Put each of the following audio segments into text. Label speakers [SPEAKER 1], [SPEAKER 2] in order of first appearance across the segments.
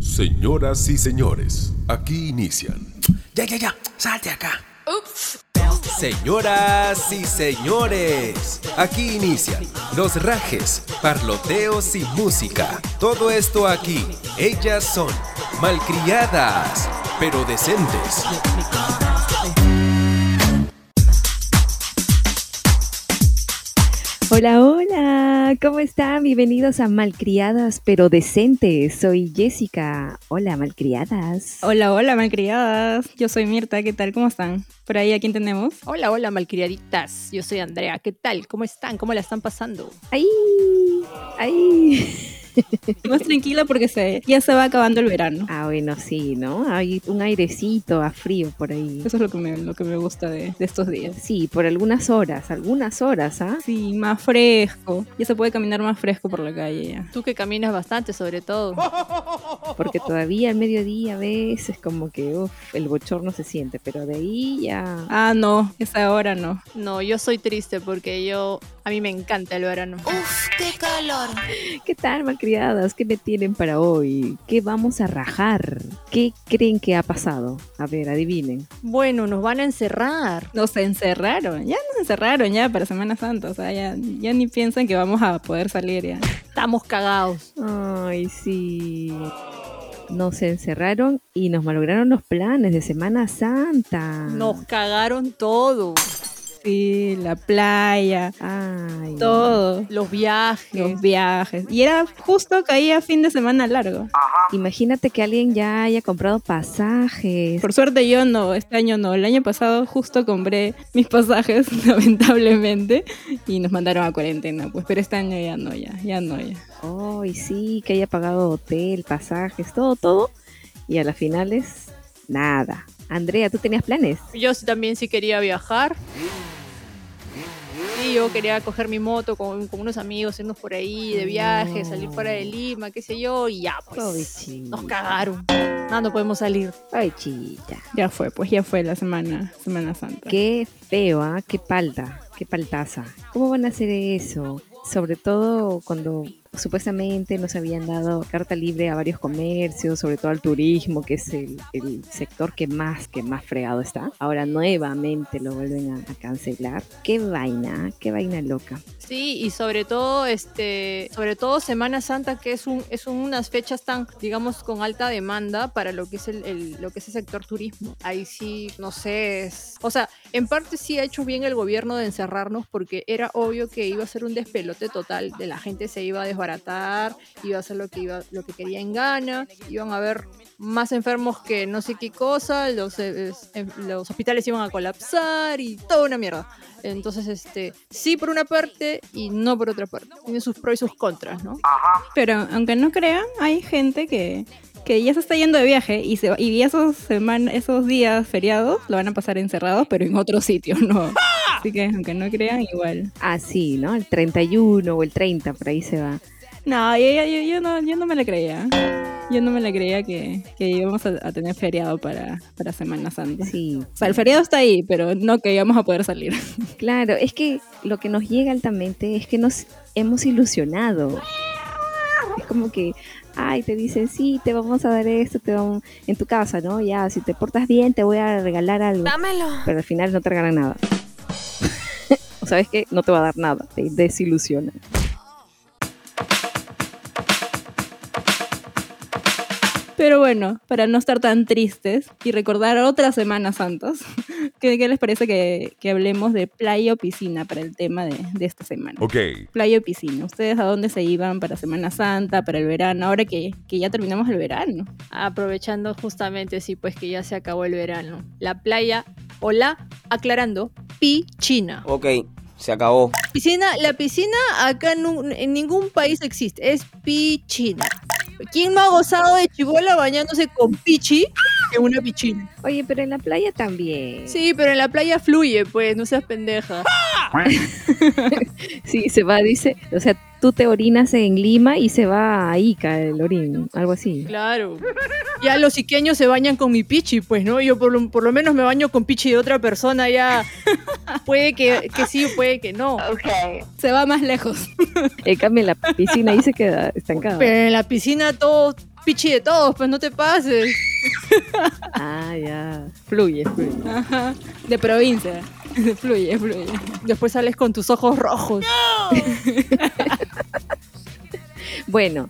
[SPEAKER 1] Señoras y señores, aquí inician.
[SPEAKER 2] Ya, ya, ya, salte acá.
[SPEAKER 3] Ups.
[SPEAKER 2] Señoras y señores, aquí inician los rajes, parloteos y música. Todo esto aquí. Ellas son malcriadas, pero decentes.
[SPEAKER 4] Hola, hola, ¿cómo están? Bienvenidos a Malcriadas pero Decentes. Soy Jessica. Hola, Malcriadas.
[SPEAKER 5] Hola, hola, malcriadas. Yo soy Mirta, ¿qué tal? ¿Cómo están? Por ahí, ¿a quién tenemos?
[SPEAKER 3] Hola, hola, malcriaditas. Yo soy Andrea. ¿Qué tal? ¿Cómo están? ¿Cómo la están pasando?
[SPEAKER 4] ¡Ay! ¡Ay!
[SPEAKER 5] Más tranquila porque se, ya se va acabando el verano.
[SPEAKER 4] Ah, bueno, sí, ¿no? Hay un airecito a frío por ahí.
[SPEAKER 5] Eso es lo que me, lo que me gusta de, de estos días.
[SPEAKER 4] Sí, por algunas horas, algunas horas, ¿ah?
[SPEAKER 5] Sí, más fresco. Ya se puede caminar más fresco por la calle ya.
[SPEAKER 3] Tú que caminas bastante, sobre todo.
[SPEAKER 4] Porque todavía al mediodía a veces como que uf, el bochorno se siente, pero de ahí ya...
[SPEAKER 5] Ah, no, esa hora no.
[SPEAKER 3] No, yo soy triste porque yo. A mí me encanta el verano.
[SPEAKER 4] ¿Qué tal, malcriadas? ¿Qué me tienen para hoy? ¿Qué vamos a rajar? ¿Qué creen que ha pasado? A ver, adivinen.
[SPEAKER 3] Bueno, nos van a encerrar.
[SPEAKER 5] Nos encerraron, ya nos encerraron ya para Semana Santa. O sea, ya, ya ni piensan que vamos a poder salir ya.
[SPEAKER 3] Estamos cagados.
[SPEAKER 4] Ay, sí. Nos encerraron y nos malograron los planes de Semana Santa.
[SPEAKER 3] Nos cagaron todo.
[SPEAKER 5] Sí, la playa,
[SPEAKER 4] Ay.
[SPEAKER 5] todo.
[SPEAKER 3] Los viajes.
[SPEAKER 5] Los viajes. Y era justo caía fin de semana largo.
[SPEAKER 4] Imagínate que alguien ya haya comprado pasajes.
[SPEAKER 5] Por suerte yo no, este año no. El año pasado justo compré mis pasajes, lamentablemente, y nos mandaron a cuarentena, pues, pero este año ya no, ya, ya no, ya.
[SPEAKER 4] Ay, sí, que haya pagado hotel, pasajes, todo, todo. Y a las finales, nada. Andrea, ¿tú tenías planes?
[SPEAKER 3] Yo sí- también sí quería viajar. Sí, yo quería coger mi moto con, con unos amigos, irnos por ahí de viaje, salir fuera de Lima, qué sé yo, y ya, pues. Nos cagaron. No, no podemos salir.
[SPEAKER 4] Ay, chita.
[SPEAKER 5] Ya fue, pues ya fue la semana, Semana Santa.
[SPEAKER 4] Qué feo, ¿ah? Qué palta, qué paltaza. ¿Cómo van a hacer eso? Sobre todo cuando supuestamente nos habían dado carta libre a varios comercios, sobre todo al turismo, que es el, el sector que más, que más fregado está. Ahora nuevamente lo vuelven a, a cancelar. Qué vaina, qué vaina loca.
[SPEAKER 3] Sí, y sobre todo, este, sobre todo Semana Santa, que es un, es unas fechas tan, digamos, con alta demanda para lo que es el, el- lo que es el sector turismo. Ahí sí, no sé, es- o sea, en parte sí ha hecho bien el gobierno de encerrarnos porque era obvio que iba a ser un despelote total, de la gente se iba a desbaratar, iba a hacer lo que iba, lo que quería en gana, iban a haber más enfermos que no sé qué cosa, los, eh, es- em- los hospitales iban a colapsar y toda una mierda. Entonces, este, sí por una parte y no por otra parte. Tiene sus pros y sus contras, ¿no?
[SPEAKER 5] Pero aunque no crean, hay gente que, que ya se está yendo de viaje y, se, va- y esos, seman- esos días feriados lo van a pasar encerrados, pero en otro sitio, ¿no? Así que aunque no crean, igual.
[SPEAKER 4] Ah, sí, ¿no? El 31 o el 30, por ahí se va.
[SPEAKER 5] No, yo, yo- yo- yo no, yo no me la creía. Yo no me la creía que, que íbamos a, a tener feriado para, para Semana Santa.
[SPEAKER 4] Sí.
[SPEAKER 5] O sea, el feriado está ahí, pero no que íbamos a poder salir.
[SPEAKER 4] Claro, es que lo que nos llega altamente es que nos hemos ilusionado. Es como que, ay, te dicen, sí, te vamos a dar esto, te vamos en tu casa, ¿no? Ya, si te portas bien, te voy a regalar algo. Dámelo. Pero al final no te regalan nada. o sabes que no te va a dar nada, te desilusiona.
[SPEAKER 5] Pero bueno, para no estar tan tristes y recordar otras Semanas Santas, ¿qué, qué les parece que, que hablemos de playa o piscina para el tema de, de esta semana?
[SPEAKER 1] Ok,
[SPEAKER 5] Playa o piscina, ¿ustedes a dónde se iban para Semana Santa, para el verano, ahora que, que ya terminamos el verano?
[SPEAKER 3] Aprovechando justamente, sí, pues que ya se acabó el verano. La playa, o la, aclarando, piscina.
[SPEAKER 6] Ok, se acabó.
[SPEAKER 3] Piscina, la piscina acá nu- en ningún país existe, es piscina. ¿Quién no ha gozado de chibola bañándose con pichi en una piscina?
[SPEAKER 4] Oye, pero en la playa también.
[SPEAKER 3] Sí, pero en la playa fluye, pues, no seas pendeja.
[SPEAKER 4] Sí, se va, dice, o sea, tú te orinas en Lima y se va a Ica el orín, algo así.
[SPEAKER 3] Claro. Ya los iqueños se bañan con mi pichi, pues, ¿no? Yo por lo, por lo menos me baño con pichi de otra persona, ya. Puede que, que sí, puede que no.
[SPEAKER 5] Se va más lejos.
[SPEAKER 4] En cambio, en la piscina ahí se queda estancado.
[SPEAKER 3] Pero en la piscina todo, pichi de todos, pues no te pases.
[SPEAKER 4] Ah, ya. Fluye, fluye.
[SPEAKER 5] Ajá, de provincia. Fluye, fluye.
[SPEAKER 3] Después sales con tus ojos rojos.
[SPEAKER 4] Bueno,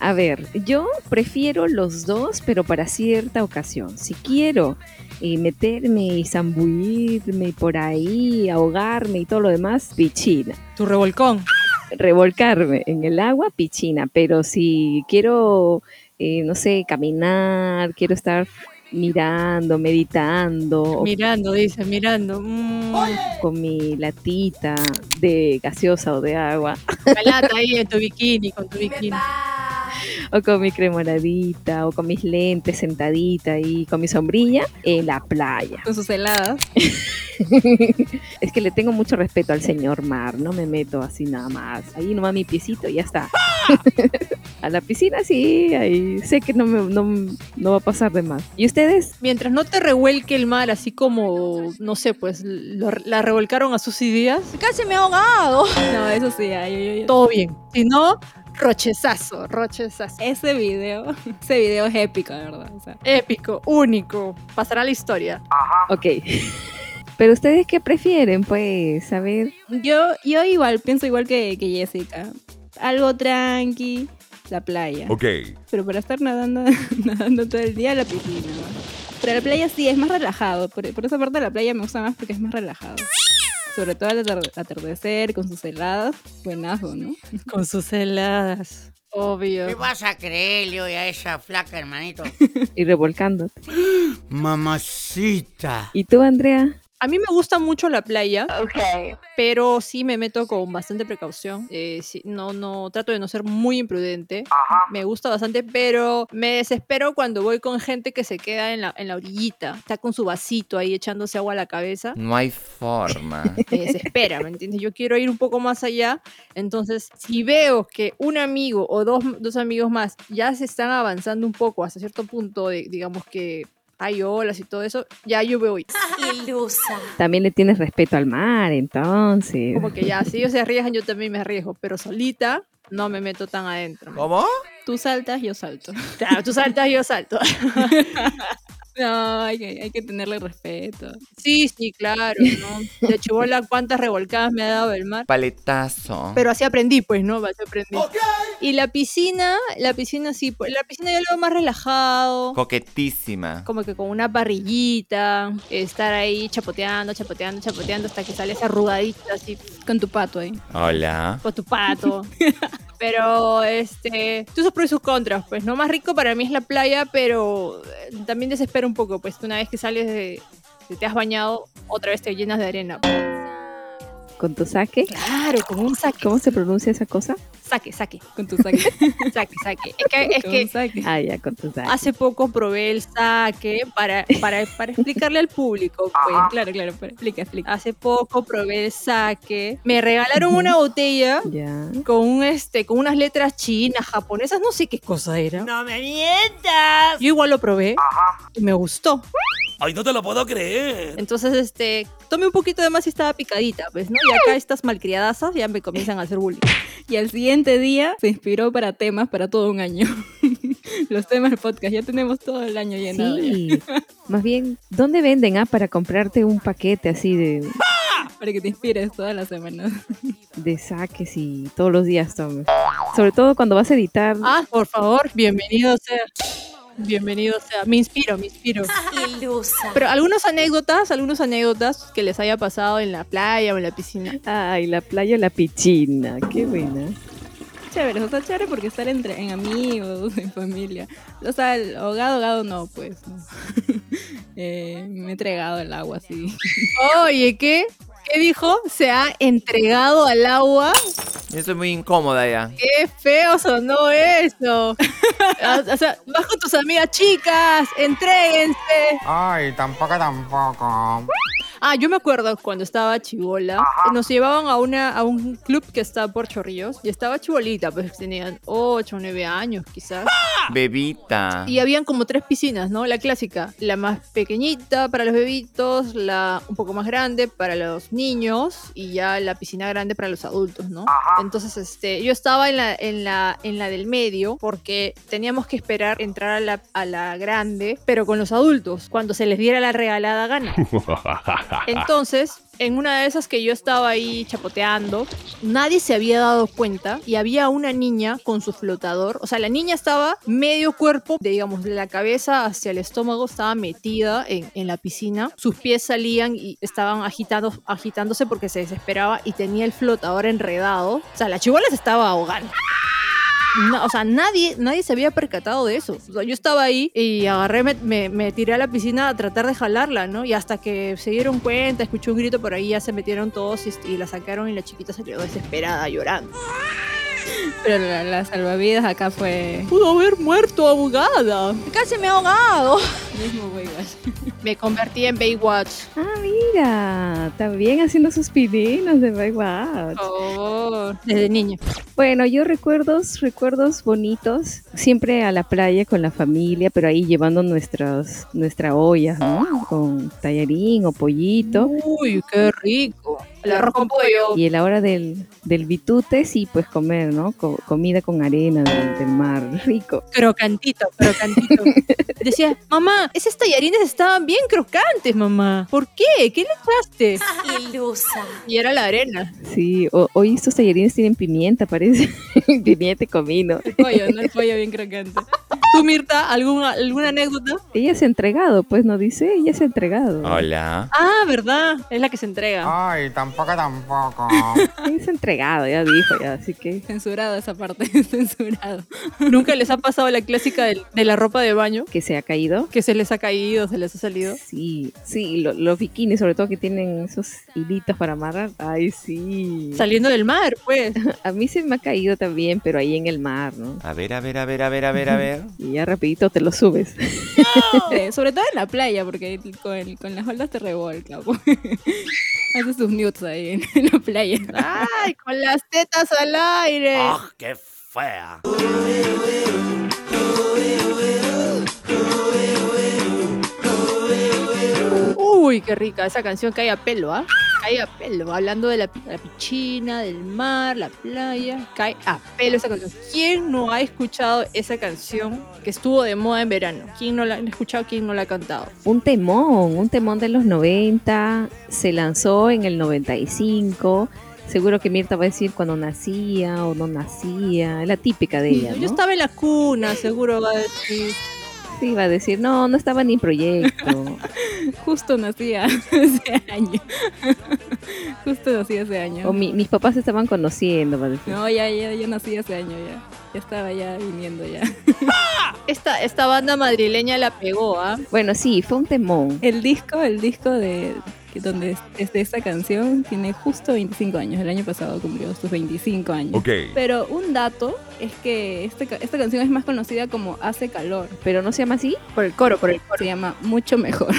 [SPEAKER 4] a ver, yo prefiero los dos, pero para cierta ocasión. Si quiero eh, meterme y zambullirme y por ahí, ahogarme y todo lo demás, pichina.
[SPEAKER 3] Tu revolcón.
[SPEAKER 4] Revolcarme en el agua, pichina. Pero si quiero, eh, no sé, caminar, quiero estar mirando, meditando, o
[SPEAKER 3] Mirando, dice, mirando. Mm,
[SPEAKER 4] con mi latita de gaseosa o de agua,
[SPEAKER 3] la lata ahí en tu bikini, con tu bikini.
[SPEAKER 4] o con mi cremoradita, o con mis lentes sentadita y con mi sombrilla en la playa.
[SPEAKER 5] Con sus heladas.
[SPEAKER 4] es que le tengo mucho respeto al señor mar, no me meto así nada más. Ahí nomás mi piecito y ya está. a la piscina sí, ahí sé que no, me, no, no va a pasar de más. ¿Y ustedes?
[SPEAKER 3] Mientras no te revuelque el mar, así como, no sé, pues lo- la revolcaron a sus ideas, casi me he ahogado.
[SPEAKER 5] No, eso sí, ay, ay, ay.
[SPEAKER 3] Todo bien. Si no, rochezazo, rochezazo.
[SPEAKER 5] Ese video, ese video es épico, de verdad. O sea,
[SPEAKER 3] Épico, único. Pasará a la historia.
[SPEAKER 4] Ok. Pero ustedes qué prefieren, pues, a ver.
[SPEAKER 5] yo, yo igual, pienso igual que, que Jessica. Algo tranqui, la playa.
[SPEAKER 1] Ok,
[SPEAKER 5] Pero para estar nadando, nadando todo el día, la piscina. ¿no? Pero la playa sí, es más relajado. Por, por esa parte la playa me gusta más porque es más relajado. Sobre todo al atar- atardecer, con sus heladas. Buenazo, ¿no?
[SPEAKER 3] Con sus heladas.
[SPEAKER 6] ¿Qué
[SPEAKER 3] Obvio.
[SPEAKER 6] vas a creerle hoy a esa flaca, hermanito?
[SPEAKER 4] Y revolcándote.
[SPEAKER 6] Mamacita.
[SPEAKER 4] ¿Y tú, Andrea?
[SPEAKER 3] A mí me gusta mucho la playa. Pero sí me meto con bastante precaución. Eh, sí, no, no, trato de no ser muy imprudente. Me gusta bastante, pero me desespero cuando voy con gente que se queda en la, en la orillita. Está con su vasito ahí echándose agua a la cabeza.
[SPEAKER 7] No hay forma.
[SPEAKER 3] me desespera, ¿me entiendes? Yo quiero ir un poco más allá. Entonces, si veo que un amigo o dos, dos amigos más ya se están avanzando un poco hasta cierto punto, de, digamos que hay olas y todo eso, ya yo voy.
[SPEAKER 4] También le tienes respeto al mar, entonces.
[SPEAKER 3] Como que ya, si ellos se arriesgan, yo también me arriesgo, pero solita no me meto tan adentro.
[SPEAKER 7] ¿Cómo?
[SPEAKER 5] Tú saltas, yo salto.
[SPEAKER 3] Claro, tú saltas, yo salto.
[SPEAKER 5] No, hay que, hay que tenerle respeto.
[SPEAKER 3] Sí, sí, claro, ¿no? De chibola, cuántas revolcadas me ha dado el mar.
[SPEAKER 7] Paletazo.
[SPEAKER 3] Pero así aprendí, pues, ¿no? Así aprendí. Y la piscina, la piscina sí, pues, la piscina yo lo veo más relajado.
[SPEAKER 7] Coquetísima.
[SPEAKER 3] como que con una parrillita, estar ahí chapoteando, chapoteando, chapoteando hasta que sales arrugadito así
[SPEAKER 5] Con tu pato ahí.
[SPEAKER 7] Hola.
[SPEAKER 3] con tu pato. Pero este, tú sus pros y sus contras, pues no más rico para mí es la playa, pero eh, también desespera un poco, pues una vez que sales de que te has bañado, otra vez te llenas de arena.
[SPEAKER 4] ¿Con tu saque?
[SPEAKER 3] Claro, con un saque,
[SPEAKER 4] ¿Cómo se pronuncia esa cosa?
[SPEAKER 3] saque, saque,
[SPEAKER 5] Con tu saque.
[SPEAKER 3] saque, saque. Es que, es
[SPEAKER 5] con
[SPEAKER 3] que
[SPEAKER 5] un saque.
[SPEAKER 4] Ah, ya, con tu saque.
[SPEAKER 3] hace poco probé el saque para, para, para explicarle al público, pues.
[SPEAKER 5] Claro, claro, pero explica, explica.
[SPEAKER 3] Hace poco probé el saque. Me regalaron una botella
[SPEAKER 4] Ya.
[SPEAKER 3] con un este con unas letras chinas, japonesas, no sé qué cosa era.
[SPEAKER 6] ¡No me mientas!
[SPEAKER 3] Yo igual lo probé y me gustó.
[SPEAKER 8] Ay, no te lo puedo creer.
[SPEAKER 3] Entonces, este, tomé un poquito de más y estaba picadita, pues, ¿no? Y acá estas malcriadasas ya me comienzan a hacer bullying.
[SPEAKER 5] Y al siguiente día se inspiró para temas para todo un año. Los temas del podcast. Ya tenemos todo el año lleno.
[SPEAKER 4] Sí. Más bien, ¿dónde venden? Ah, para comprarte un paquete así de,
[SPEAKER 5] Para que te inspires todas las semanas.
[SPEAKER 4] de saques y todos los días tomes. Sobre todo cuando vas a editar.
[SPEAKER 3] Ah, por favor, bienvenido sea. Bienvenido sea. Me inspiro, me inspiro. Pero algunas anécdotas, algunas anécdotas que les haya pasado en la playa o en la piscina.
[SPEAKER 4] Ay, la playa, la piscina. Qué buena.
[SPEAKER 5] Chévere, o sea, chévere porque estar entre, en amigos, en familia. O sea, el ahogado, ahogado no, pues. no. Eh, me he entregado el agua así.
[SPEAKER 3] Oye, ¿qué? ¿Qué dijo? Se ha entregado al agua.
[SPEAKER 7] Yo soy muy incómoda ya.
[SPEAKER 3] Qué feo sonó eso. O o sea, vas con tus amigas chicas, entréguense.
[SPEAKER 9] Ay, tampoco, tampoco.
[SPEAKER 3] Ah, yo me acuerdo cuando estaba chivola, nos llevaban a, una, a un club que está por Chorrillos y estaba chivolita, pues tenían 8 o 9 años quizás.
[SPEAKER 7] Bebita.
[SPEAKER 3] Y habían como tres piscinas, ¿no? La clásica, la más pequeñita para los bebitos, la un poco más grande para los niños y ya la piscina grande para los adultos, ¿no? Entonces, este, yo estaba en la, en la, en la del medio porque teníamos que esperar entrar a la, a la grande, pero con los adultos, cuando se les diera la regalada gana. Entonces, en una de esas que yo estaba ahí chapoteando, nadie se había dado cuenta y había una niña con su flotador. O sea, la niña estaba medio cuerpo, de, digamos, de la cabeza hacia el estómago, estaba metida en, en la piscina. Sus pies salían y estaban agitando, agitándose porque se desesperaba y tenía el flotador enredado. O sea, la chibola se estaba ahogando. No, o sea, nadie, nadie se había percatado de eso. O sea, yo estaba ahí y agarré, me, me- me tiré a la piscina a tratar de jalarla, ¿no? Y hasta que se dieron cuenta, escuché un grito por ahí, ya se metieron todos y, y la sacaron y la chiquita salió desesperada llorando.
[SPEAKER 5] Pero la, la salvavidas acá fue
[SPEAKER 3] Pudo haber muerto abogada. Casi me he ahogado.
[SPEAKER 5] mismo güey.
[SPEAKER 3] Me convertí en Baywatch.
[SPEAKER 4] Ah, mira, también haciendo sus pininos de Baywatch.
[SPEAKER 3] Oh. Desde niña.
[SPEAKER 4] Bueno, yo recuerdos, recuerdos bonitos, siempre a la playa con la familia, pero ahí llevando nuestras, nuestra olla, ¿no? Con tallarín o pollito.
[SPEAKER 3] Uy, qué rico. El arroz con pollo.
[SPEAKER 4] Y a la hora del, del bitute, sí, pues comer, ¿no? Co- comida con arena del, del mar, rico.
[SPEAKER 3] Crocantito, crocantito. Decía, mamá, esos tallarines estaban bien crocantes, mamá. ¿Por qué? ¿Qué le echaste?
[SPEAKER 6] Ilusa.
[SPEAKER 3] Y era la arena.
[SPEAKER 4] Sí, o- hoy estos tallarines tienen pimienta, parece. pimienta y comino.
[SPEAKER 5] El pollo, ¿no? El pollo bien crocante.
[SPEAKER 3] ¿Tú, Mirta, alguna, alguna anécdota?
[SPEAKER 4] Ella se ha entregado, pues no dice, ella se ha entregado.
[SPEAKER 7] Hola.
[SPEAKER 3] Ah, ¿verdad? Es la que se entrega.
[SPEAKER 9] Ay, tampoco, tampoco.
[SPEAKER 4] Ella se ha entregado, ya dijo, ya, así que.
[SPEAKER 5] Censurado esa parte, censurado.
[SPEAKER 3] Nunca les ha pasado la clásica del- de, la ropa de baño,
[SPEAKER 4] que se ha caído.
[SPEAKER 3] que se les ha caído, se les ha salido.
[SPEAKER 4] Sí, sí, lo- los bikinis, sobre todo que tienen esos hilitos para amarrar. Ay, sí.
[SPEAKER 3] Saliendo del mar, pues.
[SPEAKER 4] A mí se me ha caído también, pero ahí en el mar, ¿no?
[SPEAKER 7] A ver, a ver, a ver, a ver, a ver, a ver.
[SPEAKER 4] Y ya rapidito te lo subes.
[SPEAKER 5] Sí, Eh, sobre todo en la playa, porque con, el- con las olas te revolca. pues. Haces tus nudes ahí en, en la playa.
[SPEAKER 3] ¡Ay, con las tetas al aire!
[SPEAKER 8] ¡Ah, qué fea!
[SPEAKER 3] Uy, qué rica esa canción, cae a pelo, ¿ah? Cae a pelo, hablando de la, la piscina, del mar, la playa, cae a pelo esa canción. ¿Quién no ha escuchado esa canción que estuvo de moda en verano? ¿Quién no la ha escuchado? ¿Quién no la ha cantado?
[SPEAKER 4] Un temón, un temón de los 90, se lanzó en el 95. Seguro que Mirta va a decir cuando nacía o no nacía, es la típica de ella,
[SPEAKER 3] Yo
[SPEAKER 4] ¿no?
[SPEAKER 3] estaba en la cuna, seguro va a decir.
[SPEAKER 4] Sí, va a decir, no, no estaba ni en proyecto.
[SPEAKER 5] Justo nací ese año. Justo nací ese
[SPEAKER 4] o
[SPEAKER 5] año.
[SPEAKER 4] mi- mis papás se estaban conociendo, va a decir.
[SPEAKER 5] No, ya, ya, ya nací ese año, ya. Ya estaba ya viniendo ya.
[SPEAKER 3] Esta, esta banda madrileña la pegó, ¿ah?
[SPEAKER 4] Bueno, sí, fue un temón.
[SPEAKER 5] El disco, el disco de que donde es de esta canción tiene justo 25 años. El año pasado cumplió sus 25 años.
[SPEAKER 1] Ok.
[SPEAKER 5] Pero un dato es que este ca- esta canción es más conocida como Hace calor.
[SPEAKER 4] Pero no se llama así.
[SPEAKER 3] Por el coro, por el coro.
[SPEAKER 5] Se llama Mucho Mejor.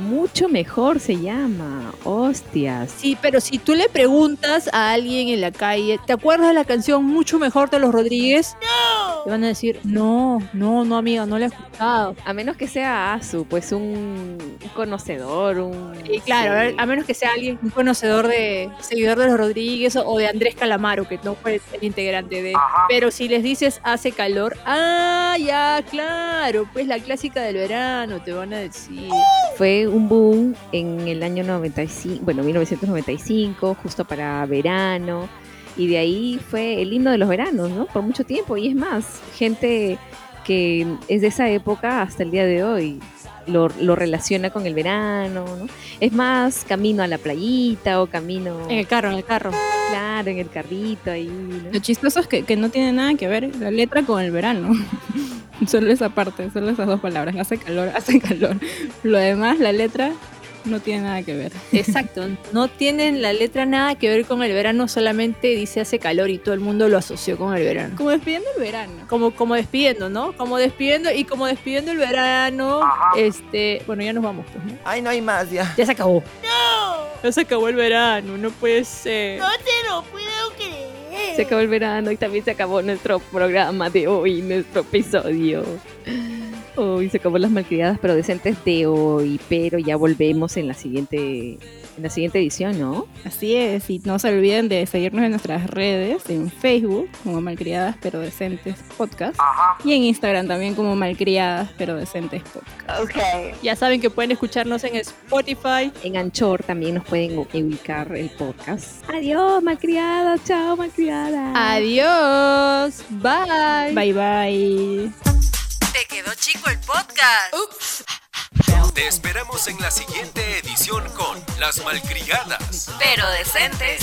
[SPEAKER 4] Mucho mejor se llama. Hostias.
[SPEAKER 3] Sí, pero si tú le preguntas a alguien en la calle, ¿te acuerdas de la canción Mucho Mejor de los Rodríguez? ¡No! Te van a decir, no, no, no, amiga, no la he escuchado.
[SPEAKER 4] A menos que sea Asu, pues un un conocedor, un.
[SPEAKER 3] Y claro, a ver,
[SPEAKER 4] sí.
[SPEAKER 3] a menos que sea alguien un conocedor de seguidor de los Rodríguez o de Andrés Calamaro, que no fue el integrante de. Pero si les dices hace calor, ah, ya, claro, pues la clásica del verano, te van a decir.
[SPEAKER 4] Fue un boom en el año 95, bueno, 1995, justo para verano. Y de ahí fue el himno de los veranos, ¿no? Por mucho tiempo. Y es más, gente que es de esa época hasta el día de hoy lo, lo relaciona con el verano, ¿no? Es más, camino a la playita o camino,
[SPEAKER 3] En el carro, en el carro.
[SPEAKER 4] claro, en el carrito ahí, ¿no?
[SPEAKER 5] Lo chistoso es que, que no tiene nada que ver la letra con el verano. Solo esa parte, solo esas dos palabras. Hace calor, hace calor. Lo demás, la letra no tiene nada que ver.
[SPEAKER 3] Exacto, no tienen la letra nada que ver con el verano, solamente dice hace calor y todo el mundo lo asoció con el verano.
[SPEAKER 5] Como despidiendo el verano.
[SPEAKER 3] Como, como despidiendo, ¿no? Como despidiendo y como despidiendo el verano, este, bueno, ya nos vamos, pues, ¿no?
[SPEAKER 7] Ay, no hay más ya.
[SPEAKER 3] Ya se acabó.
[SPEAKER 6] ¡No!
[SPEAKER 3] Ya se acabó el verano, no puede ser.
[SPEAKER 6] ¡No te lo puedo creer!
[SPEAKER 4] Se acabó el verano y también se acabó nuestro programa de hoy, nuestro episodio. Hoy se acabó las malcriadas pero decentes de hoy, pero ya volvemos en la siguiente en la siguiente edición, ¿no?
[SPEAKER 5] Así es, y no se olviden de seguirnos en nuestras redes, en Facebook como Malcriadas pero Decentes Podcast y en Instagram también como Malcriadas pero Decentes Podcast.
[SPEAKER 3] Ya saben que pueden escucharnos en Spotify.
[SPEAKER 4] En Anchor también nos pueden ubicar el podcast. Adiós, malcriada, chao, malcriada.
[SPEAKER 3] Adiós. Bye.
[SPEAKER 5] Bye bye.
[SPEAKER 10] Te quedó chico el podcast.
[SPEAKER 2] Te esperamos en la siguiente edición con Las Malcriadas.
[SPEAKER 10] Pero decentes.